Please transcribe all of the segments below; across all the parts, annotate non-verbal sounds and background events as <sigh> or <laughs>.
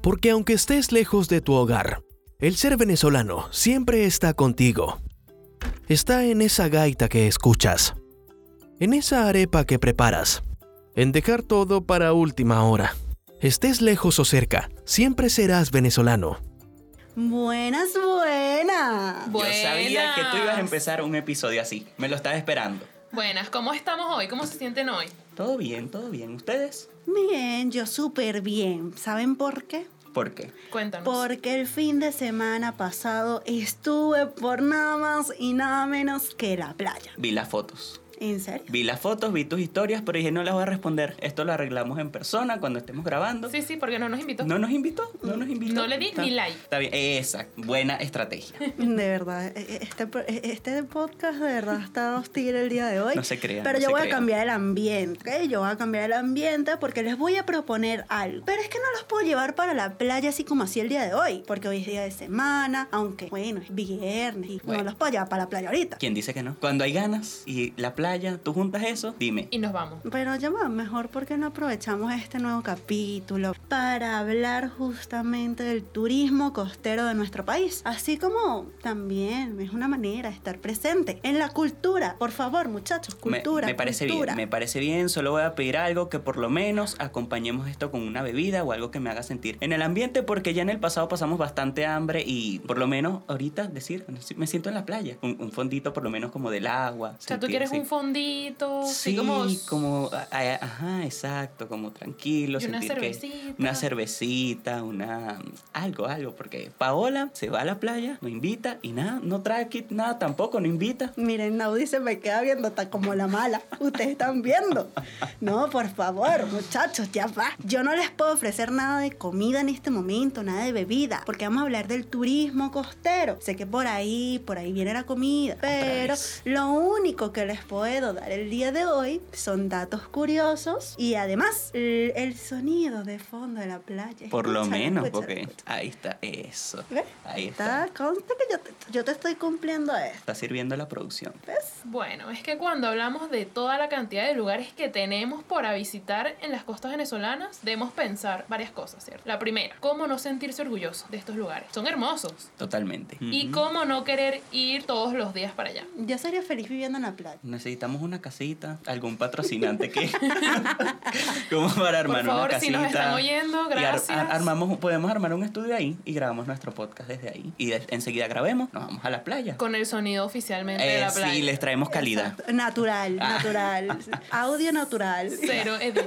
porque aunque estés lejos de tu hogar, el ser venezolano siempre está contigo. Está en esa gaita que escuchas, en esa arepa que preparas, en dejar todo para última hora. Estés lejos o cerca, siempre serás venezolano. Buenas, buenas. Yo sabía que tú ibas a empezar un episodio así. Me lo estaba esperando. Buenas, ¿cómo estamos hoy? ¿Cómo se sienten hoy? Todo bien, todo bien. ¿Ustedes? Bien, yo súper bien. ¿Saben por qué? ¿Por qué? Cuéntanos. Porque el fin de semana pasado estuve por nada más y nada menos que la playa. Vi las fotos. ¿En serio? Vi las fotos, vi tus historias, pero dije no las voy a responder. Esto lo arreglamos en persona cuando estemos grabando. Sí, sí, porque no nos invitó. No nos invitó, no nos invitó. No le di Está- ni like. Está bien, esa, buena estrategia. <laughs> De verdad, e- e- este, pro- e- este podcast de verdad está hostil el día de hoy. No se crean, Pero no yo se voy a crean. cambiar el ambiente, ¿ok? Yo voy a cambiar el ambiente porque les voy a proponer algo. Pero es que no los puedo llevar para la playa así como así el día de hoy, porque hoy es día de semana, aunque bueno, es viernes y Bueno. no los puedo llevar para la playa ahorita. ¿Quién dice que no? Cuando hay ganas y la playa, tú juntas eso, dime. Y nos vamos. Pero ya va, mejor porque no aprovechamos este nuevo capítulo para hablar justamente del turismo costero de nuestro país. Así como también es una manera de estar presente en la cultura. Por favor, muchachos, Me- cultura. me, parece cultura. bien, me parece bien. Solo voy a pedir algo que por lo menos acompañemos esto con una bebida o algo que me haga sentir en el ambiente, porque ya en el pasado pasamos bastante hambre y por lo menos ahorita decir, "No, sí, me siento en la playa. Un, un fondito por lo menos como del agua. O sea, tú quieres un fondito, así Sí, como, como... a- a- ajá, exacto, como tranquilo. Y una sentir que- cervecita. una cervecita, una... algo, algo, porque Paola se va a la playa, no invita y nada, no trae kit, nada tampoco, no invita. Miren, Naudi se me queda viendo, está como la mala. Ustedes están viendo. No, por favor, muchachos, ya va. Yo no les puedo ofrecer nada de comida en este momento, nada de bebida, porque vamos a hablar del turismo costero. Sé que por ahí, por ahí viene la comida, pero vez. lo único que les puedo dar el día de hoy son datos curiosos y además el, el sonido de fondo de la playa. Por lo Escúchalo, menos, escúchalo, porque escúchalo. ahí está, eso. ¿Ves? Ahí está. Está, consta que yo te, yo te estoy cumpliendo esto. Está sirviendo la producción. ¿Ves? Bueno, es que cuando hablamos de toda la cantidad de lugares que tenemos para visitar en las costas venezolanas, debemos pensar varias cosas, ¿cierto? La primera, cómo no sentirse orgulloso de estos lugares. Son hermosos. Totalmente. Y Ujú. cómo no querer ir todos los días para allá. Yo sería feliz viviendo en la playa. Necesitamos una casita, algún <laughs> patrocinante que. como para armar Por favor, una casita. si nos están oyendo, Y ar- gracias. ar- armamos, podemos armar un estudio ahí y grabamos nuestro podcast desde ahí. Y de- enseguida grabemos, nos vamos a la playa. Con el sonido oficialmente de Eh, la playa. sí, les traemos calidad. Exacto. Natural, Ah. <laughs> natural. Audio natural. Cero edit.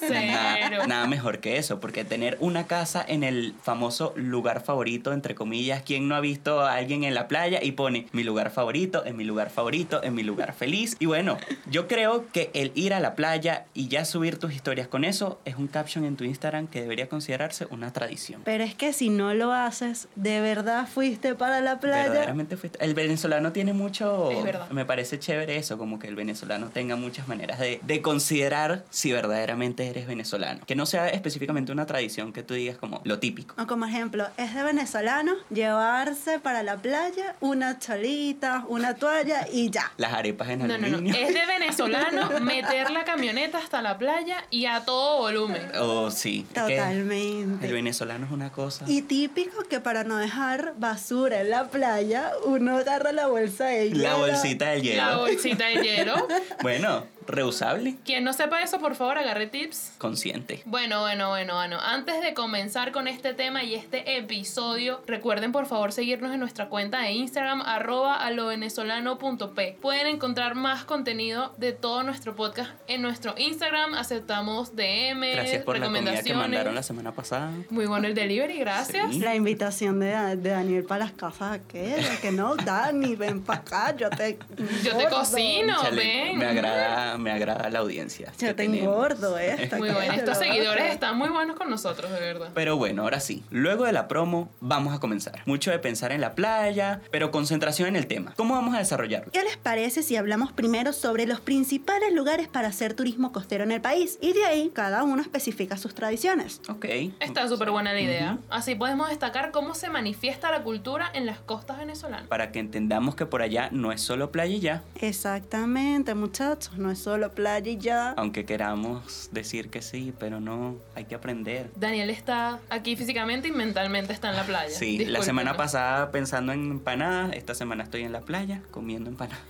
Cero. Nada, nada mejor que eso, porque tener una casa en el famoso lugar favorito, entre comillas, ¿quién no ha visto a alguien en la playa y pone mi lugar favorito, en mi lugar favorito, en mi lugar feliz? Y bueno, yo creo que el ir a la playa y ya subir tus historias con eso es un caption en tu Instagram que debería considerarse una tradición. Pero es que si no lo haces, de verdad fuiste para la playa. Verdaderamente fuiste- El venezolano tiene mucho. Es verdad. Me parece chévere eso, como que el venezolano tenga muchas maneras de, de considerar si verdaderamente eres venezolano. Que no sea específicamente una tradición que tú digas como lo típico. O como ejemplo, es de venezolano llevarse para la playa una cholita, una toalla y ya. Las arepas en No, no, aluminio. no. <laughs> Es de venezolano meter la camioneta hasta la playa y a todo volumen. Oh, sí. Es que El Totalmente. venezolano es una cosa. Y típico que para no dejar basura en la playa, uno agarra la bolsa de La hielo. bolsita del La hielo. bolsita de hielo. Bueno, reusable, Quien no sepa eso, por favor, agarre tips. consciente. Bueno, bueno, bueno, bueno. Antes de comenzar con este tema y este episodio, recuerden por favor seguirnos en nuestra cuenta de Instagram, arroba alovenezolano.p. Pueden encontrar más contenido de todo nuestro podcast en nuestro Instagram. Aceptamos DMs, Gracias por la comida Eh, recomendaciones. que mandaron la semana pasada. Muy bueno el delivery, gracias. Sí. La invitación de, de Daniel para las casas aquellas, que <laughs> no, Dani, ven para acá, yo te. Yo te engordo. cocino, Chale, ven. me agrada, me agrada la audiencia. Yo que te tenemos. engordo, ¿eh? Muy bueno, estos seguidores están muy buenos con nosotros, de verdad. Pero bueno, ahora sí, luego de la promo vamos a comenzar. Mucho de pensar en la playa, pero concentración en el tema. ¿Cómo vamos a desarrollarlo? ¿Qué les parece si hablamos primero sobre los principales lugares para hacer turismo costero en el país? Y de ahí cada uno especifica sus tradiciones. Ok. Está súper buena la idea. Así podemos destacar cómo se manifiesta la cultura en las costas venezolanas. Para que entendamos que por allá no es solo playa y ya. Exactamente, muchachos, no es solo playa y ya. Ah. Aunque queramos decir que sí, pero no, hay que aprender. Daniel está aquí físicamente y mentalmente está en la playa. Sí, la semana Discúlpenos. pasada pensando en empanadas, esta semana estoy en la playa comiendo empanadas.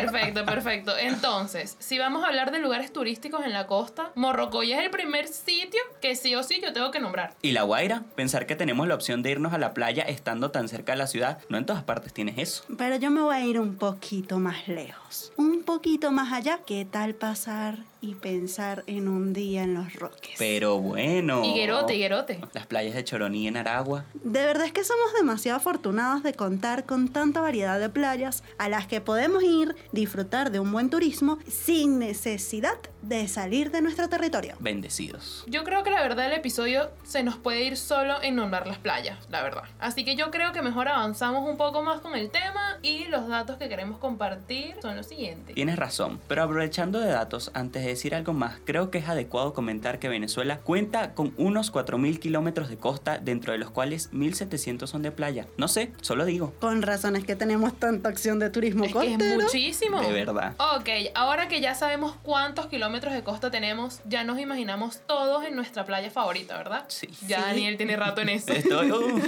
Perfecto, perfecto. Entonces, si vamos a hablar de lugares turísticos en la costa, Morrocoy es el primer sitio que sí o sí yo tengo que nombrar. Y La Guaira, pensar que tenemos la opción de irnos a la playa estando tan cerca de la ciudad, no en todas partes tienes eso. Pero yo me voy a ir un poquito más lejos, un poquito más allá. ¿Qué tal pasar y pensar en un día en los Roques? Pero bueno. Higuerote, higuerote. Las playas de Choroní en Aragua. De verdad es que somos demasiado afortunados de contar con tanta variedad de playas a las que podemos ir, disfrutar de un buen turismo sin necesidad de salir de nuestro territorio. Bendecidos. Yo creo que la verdad el episodio se nos puede ir solo en nombrar las playas, la verdad. Así que yo creo que mejor avanzamos un poco más con el tema y los datos que queremos compartir son los siguientes. Tienes razón, pero aprovechando de datos, antes de decir algo más, creo que es adecuado comentar que Venezuela cuenta con unos 4.000 kilómetros de costa, dentro de los cuales 1.700 son de playa. No sé, solo digo. Con razones que tenemos tanta acción de turismo Es que es costero. muchísimo. De verdad. Ok, ahora que ya sabemos cuántos kilómetros de costa tenemos, ya nos imaginamos todos en nuestra playa favorita, ¿verdad? Sí. Ya Daniel tiene rato <laughs> en eso. Estoy... uh.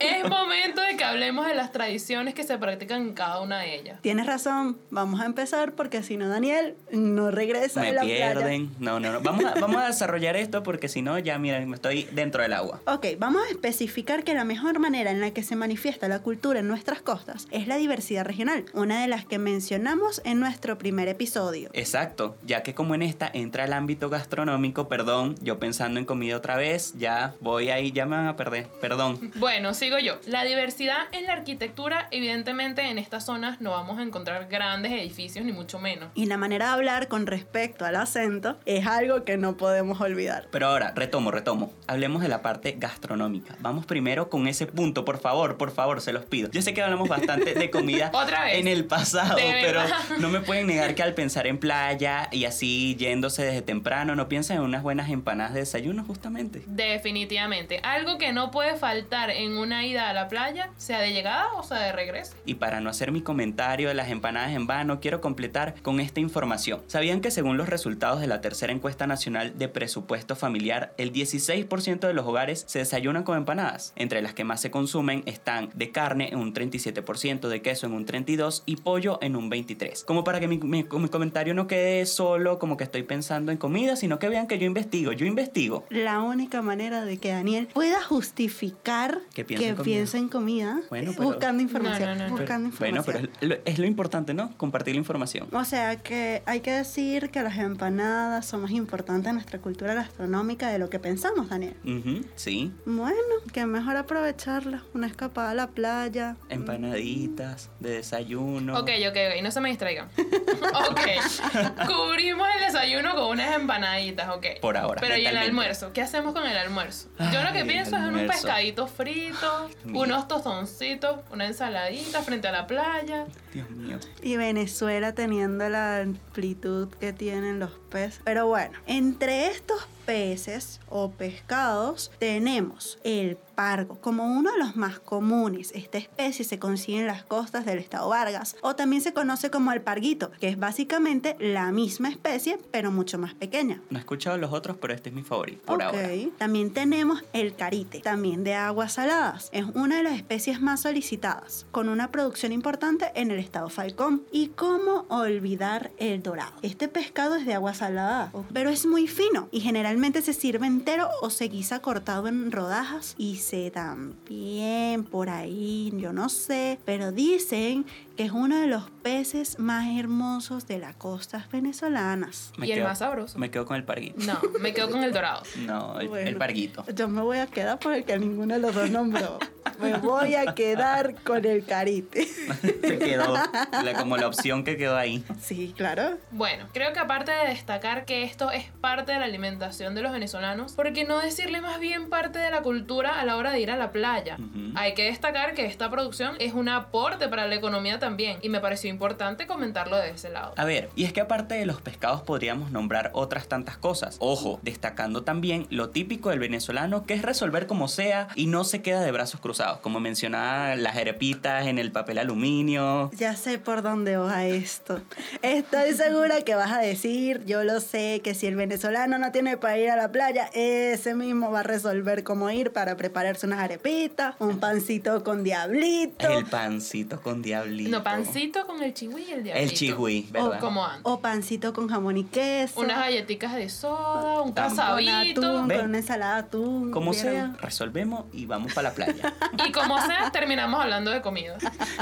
es momento de que hablemos de las tradiciones que se practican en cada una de ellas. Tienes razón, vamos a empezar porque si no Daniel no regresa de Me la playa. pierden. No, no, no. Vamos a, vamos a desarrollar esto porque si no, ya, mira, estoy dentro del agua. Ok, vamos a especificar que la mejor manera en la que se manifiesta la cultura en nuestras costas es la diversidad regional, una de las que mencionamos en nuestro primer episodio. Exacto, ya que como en esta entra el ámbito gastronómico, perdón, yo pensando en comida otra vez, ya voy ahí, ya me van a perder, perdón. Bueno, sigo yo. La diversidad en la arquitectura, evidentemente en estas zonas no vamos a encontrar grandes edificios, ni mucho menos. Y la manera de hablar con respecto al acento es algo que no podemos olvidar. Pero ahora, retomo, retomo. Hablemos de la parte gastronómica. Vamos primero con ese punto, por favor, por favor, se los pido. Yo sé que hablamos bastante de comida <laughs> Otra vez. en el pasado, De pero verdad. <laughs> no me pueden negar que al pensar en playa y así yéndose desde temprano, no piensan en unas buenas empanadas de desayuno justamente. Definitivamente. Algo que no puede faltar en una ida a la playa, sea de llegada o sea de regreso. Y para no hacer mi comentario de las empanadas en vano, quiero completar con esta información. ¿Sabían que según los resultados de la tercera encuesta nacional de presupuesto familiar, el 16% de los hogares se desayunan con empanadas? Entre las que más se consumen están de carne en un 37%, de queso en un 32% y pollo en un 23%. Como para que mi, mi- mi comentario no quede solo como que estoy pensando en comida, sino que vean que yo investigo, yo investigo. La única manera de que Daniel pueda justificar Que piensa en comida. piensa en comida, Bueno, es pero- buscando información. No, no, no, no. buscando Bueno, información. pero es lo, es lo importante, ¿no? Compartir la información. O sea que hay que decir que las empanadas son más importantes en nuestra cultura gastronómica de lo que pensamos, Daniel. Ujú, sí. Bueno, que mejor aprovecharlas, una escapada a la playa. Empanaditas, de desayuno. Ok, ok, ok, no se me distraigan. <laughs> ok, cubrimos el desayuno con unas empanaditas, ok. Por ahora, Pero ¿y el mentalmente. almuerzo? ¿Qué hacemos con el almuerzo? Yo lo Ay, que el pienso es en un almuerzo. pescadito frito, mira. unos tostoncitos, una ensaladita frente a la playa. Dios mío. Y Venezuela teniendo la amplitud que tienen los peces. Pero bueno, entre estos peces o pescados tenemos el pargo como uno de los más comunes. Esta especie se consigue en las costas del estado Vargas o también se conoce como el parguito, que es básicamente la misma especie pero mucho más pequeña. No he escuchado los otros, pero este es mi favorito por Ok. ahora. También tenemos el carite, también de aguas saladas. Es una de las especies más solicitadas, con una producción importante en el estado Falcón. Y cómo olvidar el dorado. Este pescado es de agua salada, pero es muy fino y generalmente se sirve entero o se guisa cortado en rodajas y se también por ahí, yo no sé, pero dicen que es uno de los peces más hermosos de las costas venezolanas. Y el más sabroso. Me quedo con el parguito. No, me quedo con el dorado. No, el, Bueno. el <laughs> parguito. Yo me voy a quedar por el que ninguno de los dos nombró. Me voy a quedar con el carite. Se quedó la- como la opción que quedó ahí. <laughs> Sí, claro. Bueno, creo que aparte de destacar que esto es parte de la alimentación de los venezolanos, porque no decirle más bien parte de la cultura a la hora de ir a la playa. Ujú. Hay que destacar que esta producción es un aporte para la economía también, y me pareció importante comentarlo de ese lado. A ver, y es que aparte de los pescados podríamos nombrar otras tantas cosas. Ojo, destacando también lo típico del venezolano que es resolver como sea y no se queda de brazos reciclados, como mencionaba las arepitas en el papel aluminio. Ya sé por dónde va esto. Estoy segura que vas a decir, yo lo sé, que si el venezolano no tiene para ir a la playa, ese mismo va a resolver cómo ir para prepararse unas arepitas, un pancito con diablito. El pancito con diablito. No, pancito con el chigüí y el diablito. El chigüí, ¿verdad? O como antes. O pancito con jamón y queso. Unas galletitas de soda, un Tampoco. con atún, casabito. ¿Ves? con una ensalada de atún. ¿Cómo se ¿vieron? resolvemos y vamos para la playa? <laughs> Y como sea, terminamos hablando de comida.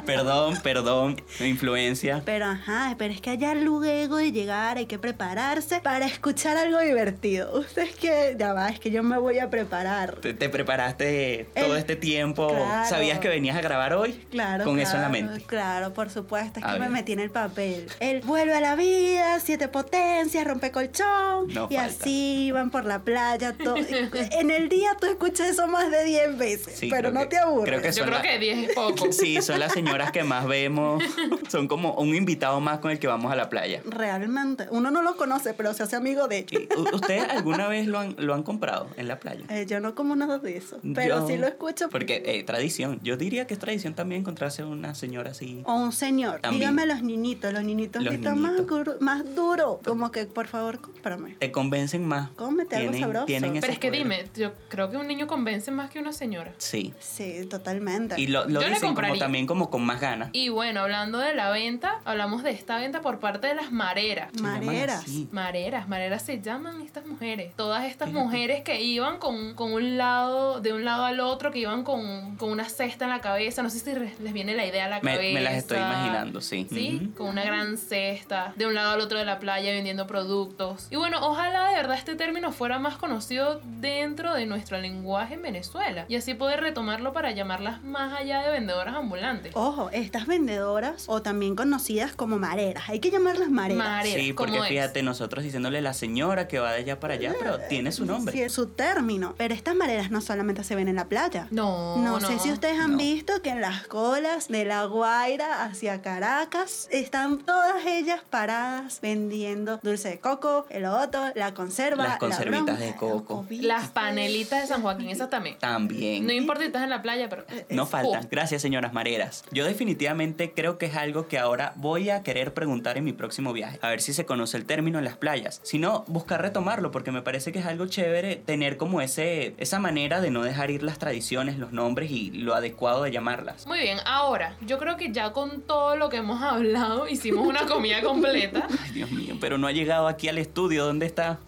perdón, perdón, influencia. Pero ajá, pero es que allá luego de llegar hay que prepararse para escuchar algo divertido. Ustedes que, ya va, es que yo me voy a preparar. Te, te preparaste todo El- este tiempo. Claro. ¿Sabías que venías a grabar hoy? Claro. Con eso en la claro, mente. Claro, por supuesto. Es A que me ver. metí en el papel. Él vuelve a la vida, siete potencias, rompe colchón. No y falta. así van por la playa. to- en el día tú escuchas eso más de 10 veces. Sí, pero creo no que- te aburres. creo que Yo Son creo la- que 10 es poco. <laughs> Sí, son las señoras que más vemos. Son como un invitado más con el que vamos a la playa. Realmente. Uno no lo conoce, pero se hace amigo de ¿Y u- ¿Ustedes alguna vez lo han, lo han comprado en la playa? Eh, yo no como nada de eso. Pero Yo- sí lo escucho. Porque eh, tradición. Yo diría que es tradición también encontrarse una señora así. O un señor. También. Dígame los niñitos. Los niñitos Los gritan niñitos. Más, duro, más duro. Como que, por favor, cómprame. Te convencen más. Cómete algo Tienen- sabroso. tienen ese Pero es que poder. dime, yo creo que un niño convence más que una señora. Sí. Sí, totalmente. Y lo, Yo lo le dicen como compraría. también como con más ganas. Y bueno, hablando de la venta, hablamos de esta venta por parte de las mareras. Se llaman Mareras. así. Mareras, mareras se llaman estas mujeres. Todas estas mujeres que iban con, con un lado, de un lado al otro, que iban con, con una cesta en la cabeza. No sé si re- les viene la idea a la Me, cabeza. me las estoy imaginando, sí. Sí, Ujú. con una gran cesta, de un lado al otro de la playa vendiendo productos. Y bueno, ojalá de verdad este término fuera más conocido dentro de nuestro lenguaje en Venezuela. Y así poder retomarlo para llamarlas más allá de vendedoras ambulantes. Ojo, estas vendedoras o también conocidas como mareras. Hay que llamarlas mareras. Mareras, Sí, ¿cómo porque es? fíjate, nosotros diciéndole la señora que va de allá para allá, pero tiene su nombre. Sí, es su término. Pero estas mareras no solamente se ven en la playa. No, No, sé si ustedes han No. visto que en las colas de La Guaira hacia Caracas están todas ellas paradas vendiendo dulce de coco, el otro, la conserva, Las conservitas la broma, de coco. los cobitos. Las panelitas de San Joaquín, esas también. También. No importa si estás en la playa, pero... No es faltan. justo. Gracias, señoras mareras. Yo definitivamente creo que es algo que ahora voy a querer preguntar en mi próximo viaje. A ver si se conoce el término en las playas. Si no, buscar retomarlo porque me parece que es algo chévere tener como ese, esa manera de no dejar ir las tradiciones, los nombres y lo adecuado de llamarlas. Muy bien, ahora, yo creo que ya con todo lo que hemos <laughs> hablado, hicimos una comida completa. Ay, Dios mío, pero no ha llegado aquí al estudio. ¿Dónde está?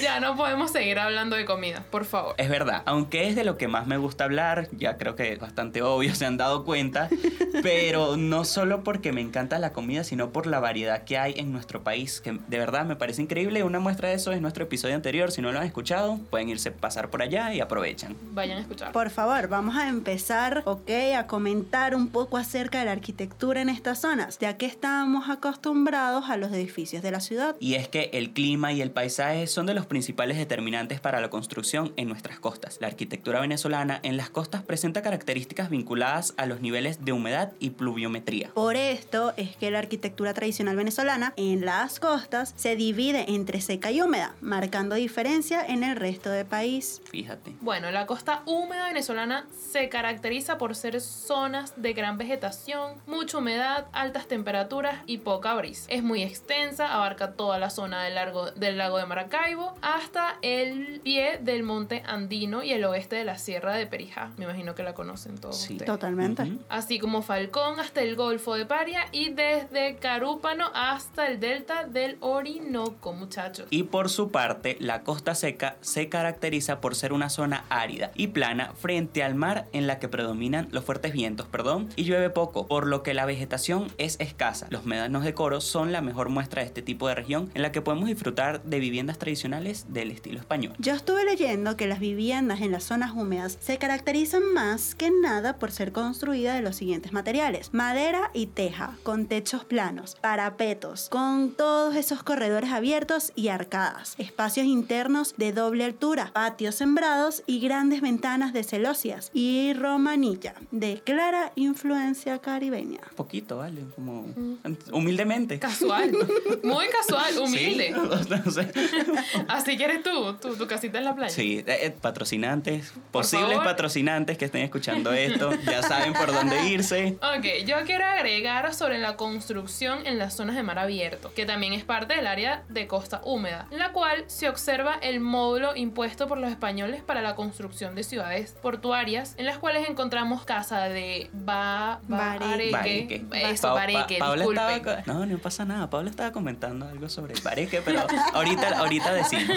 Ya no podemos seguir hablando de comida, por favor. Es verdad, aunque es de lo que más me gusta hablar, ya creo que es bastante obvio, <laughs> se han dado cuenta, pero no solo porque me encanta la comida, sino por la variedad que hay en nuestro país, que de verdad me parece increíble. Una muestra de eso es nuestro episodio anterior, si no lo han escuchado, pueden irse pasar por allá y aprovechan. Vayan a escuchar. Por favor, vamos a empezar, ok, a comentar un poco acerca de la arquitectura en estas zonas, ya que estamos acostumbrados a los edificios de la ciudad. Y es que el clima y el paisaje son de los principales determinantes para la construcción en nuestras costas. La arquitectura venezolana en las costas presenta características vinculadas a los niveles de humedad y pluviometría. Por esto es que la arquitectura tradicional venezolana en las costas se divide entre seca y húmeda, marcando diferencia en el resto del país. Fíjate. Bueno, la costa húmeda venezolana se caracteriza por ser zonas de gran vegetación, mucha humedad, altas temperaturas y poca brisa. Es muy extensa, abarca toda la zona del, largo- del lago de Maracaibo hasta el pie del monte andino y el oeste de la sierra de Perijá. Me imagino que la conocen todos Sí. ustedes. Totalmente. Ujú. Así como Falcón hasta el Golfo de Paria y desde Carúpano hasta el delta del Orinoco, muchachos. Y por su parte, la costa seca se caracteriza por ser una zona árida y plana frente al mar en la que predominan los fuertes vientos, perdón, y llueve poco, por lo que la vegetación es escasa. Los médanos de coro son la mejor muestra de este tipo de región en la que podemos disfrutar de viviendas tradicionales del estilo español. Yo estuve leyendo que las viviendas en las zonas húmedas se caracterizan más que nada por ser construidas de los siguientes materiales: madera y teja, con techos planos, parapetos, con todos esos corredores abiertos y arcadas, espacios internos de doble altura, patios sembrados y grandes ventanas de celosias y romanilla, de clara influencia caribeña. Poquito, ¿vale? Como Mm. humildemente. Casual, muy casual, humilde. <laughs> Sí, <laughs> o sea, Así que eres tú, tú, tu casita en la playa. sí, eh, eh, patrocinantes Por posibles posibles patrocinantes que estén escuchando esto ya saben por dónde irse. Ok, yo quiero agregar sobre la construcción en las zonas de mar abierto, que también es parte del área de costa húmeda, en la cual se observa el módulo impuesto por los españoles para la construcción de ciudades portuarias, en las cuales encontramos casa de ba, ba- Bareque. areque, Bareque. eso, Pa- bareque, Pa- Paola disculpen. estaba co- No, no pasa nada. Paula estaba comentando algo sobre el bareque, pero ahorita, ahorita decimos.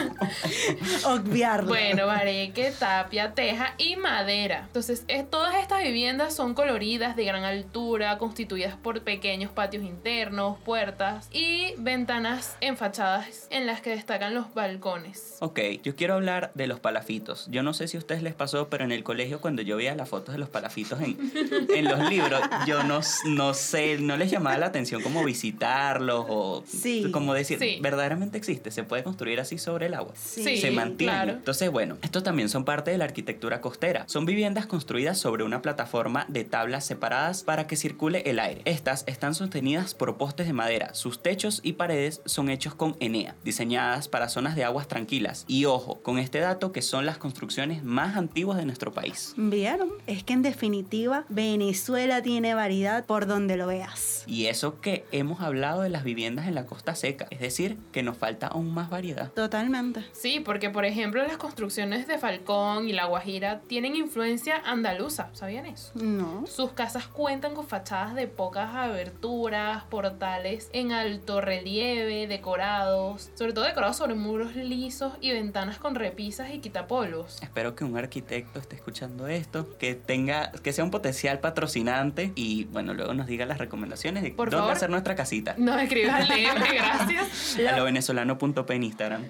Obviarlo. Bueno, bareque, tapia, teja y madera. Entonces, es- todas estas viviendas son coloridas, de gran altura, constituidas por pequeños patios internos, puertas y ventanas en fachadas en las que destacan los balcones. Ok, yo quiero hablar de los palafitos. Yo no sé si a ustedes les pasó, pero en el colegio cuando yo veía las fotos de los palafitos en, en los libros, yo no, no sé, no les llamaba la atención como visitarlos o Sí. como decir, Sí. verdaderamente existe, se puede construir así sobre el agua. Sí, se mantiene. claro. Entonces, bueno, estos también son parte de la arquitectura costera. Son viviendas construidas sobre una plataforma de tablas separadas para que circule el aire. Estas están sostenidas por postes de madera. Sus techos y paredes son hechos con enea, diseñadas para zonas de aguas tranquilas. Y ojo, con este dato que son las construcciones más antiguas de nuestro país. ¿Vieron? Es que en definitiva, Venezuela tiene variedad por donde lo veas. Y eso que hemos hablado de las viviendas en la costa seca, es decir, que nos falta aún más variedad. Totalmente. Sí, porque por ejemplo las construcciones de Falcón y La Guajira tienen influencia andaluza, ¿sabían eso? No. Sus casas cuentan con fachadas de pocas aberturas, portales en alto relieve, decorados, sobre todo decorados sobre muros lisos y ventanas con repisas y quitapolos. Espero que un arquitecto esté escuchando esto, que tenga, que sea un potencial patrocinante y bueno, luego nos diga las recomendaciones de Por dónde favor. hacer nuestra casita. Nos escriban <laughs> al DM, gracias. A lo venezolano.p en Instagram.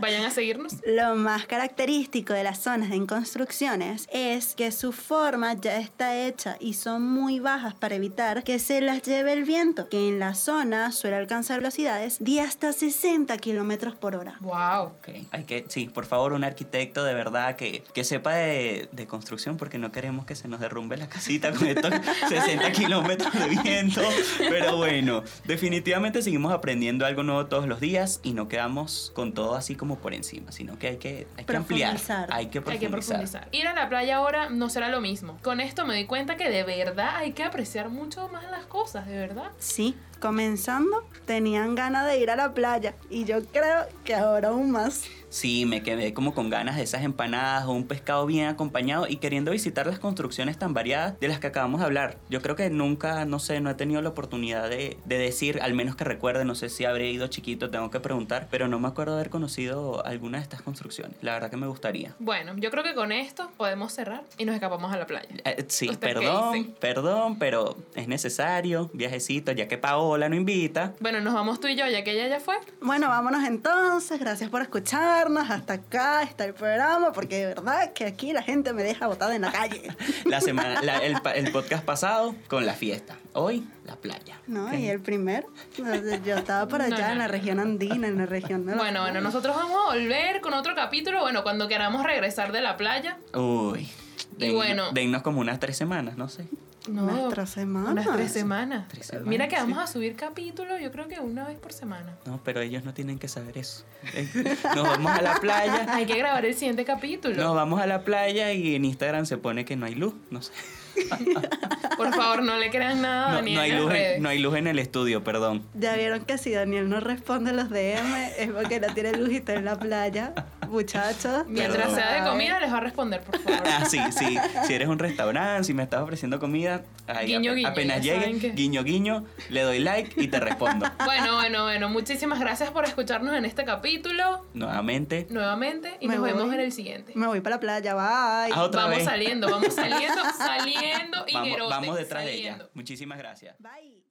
Vayan a seguirnos. Lo más característico de las zonas de construcciones es que su forma ya está hecha y son muy bajas para evitar que se las lleve el viento, que en la zona suele alcanzar velocidades de hasta 60 kilómetros por hora. Wow. Ok. Hay que, sí, por favor, un arquitecto de verdad que, que sepa de, de construcción porque no queremos que se nos derrumbe la casita <laughs> con estos 60 kilómetros de viento. Pero bueno, definitivamente seguimos aprendiendo algo nuevo todos los días y no quedamos con todo así como por encima, sino que hay que, hay que ampliar. Profundizar. Hay que Hay que profundizar. profundizar. Ir a la playa ahora no será lo mismo. Con esto me doy cuenta que de verdad hay que apreciar mucho más las cosas, de verdad. Sí, comenzando, tenían ganas de ir a la playa y yo creo que ahora aún más. Sí, me quedé como con ganas de esas empanadas o un pescado bien acompañado y queriendo visitar las construcciones tan variadas de las que acabamos de hablar. Yo creo que nunca, no sé, no he tenido la oportunidad de, de decir, al menos que recuerde, no sé si habré ido chiquito, tengo que preguntar, pero no me acuerdo haber conocido alguna de estas construcciones. La verdad que me gustaría. Bueno, yo creo que con esto podemos cerrar y nos escapamos a la playa. Eh, sí, ¿Usted qué dice? perdón, perdón, pero es necesario, viajecito, ya que Paola no invita. Bueno, nos vamos tú y yo, ya que ella ya fue. Bueno, vámonos entonces. Gracias por escucharnos. Hasta acá está el programa, porque de verdad que aquí la gente me deja botada en la calle. La semana, la- el, pa- el podcast pasado con la fiesta. Hoy, la playa. No, Ok. y el primer, yo estaba por No, allá no, en la no. región andina, en la región de los- Bueno, bueno, nosotros vamos a volver con otro capítulo. Bueno, cuando queramos regresar de la playa. Uy. Y Den- bueno. Dennos como unas tres semanas, no sé. No, Unas tres semanas. unas tres semanas. Tres semanas, Mira que vamos sí. a subir capítulos, yo creo que una vez por semana. No, pero ellos no tienen que saber eso. Eh, Nos vamos a la <laughs> playa. Hay que grabar el siguiente capítulo. Nos vamos a la playa y en Instagram se pone que no hay luz. No sé. Por favor, no le crean nada a No, Daniel no hay Ah, en luz redes. en, no hay luz en el estudio, perdón. Ya vieron que si Daniel no responde los DM es porque no tiene luz y está en la playa. Muchachos. Mientras Perdón. sea de comida, les va a responder, por <laughs> favor. Ah, sí, sí. Si eres un restaurante, si me estás ofreciendo comida, ahí Guiño, ape- guiño, apenas ya saben llegue, que- guiño, guiño, le doy like y <laughs> te respondo. Bueno, bueno, bueno. Muchísimas gracias por escucharnos en este capítulo Nuevamente. nuevamente y Me nos vemos voy. en el siguiente. Me voy para la playa, bye. Ah, otra vamos vez. <laughs> saliendo, vamos saliendo, saliendo y Vamos, guerote, vamos detrás de saliendo. ella. Muchísimas gracias. Bye.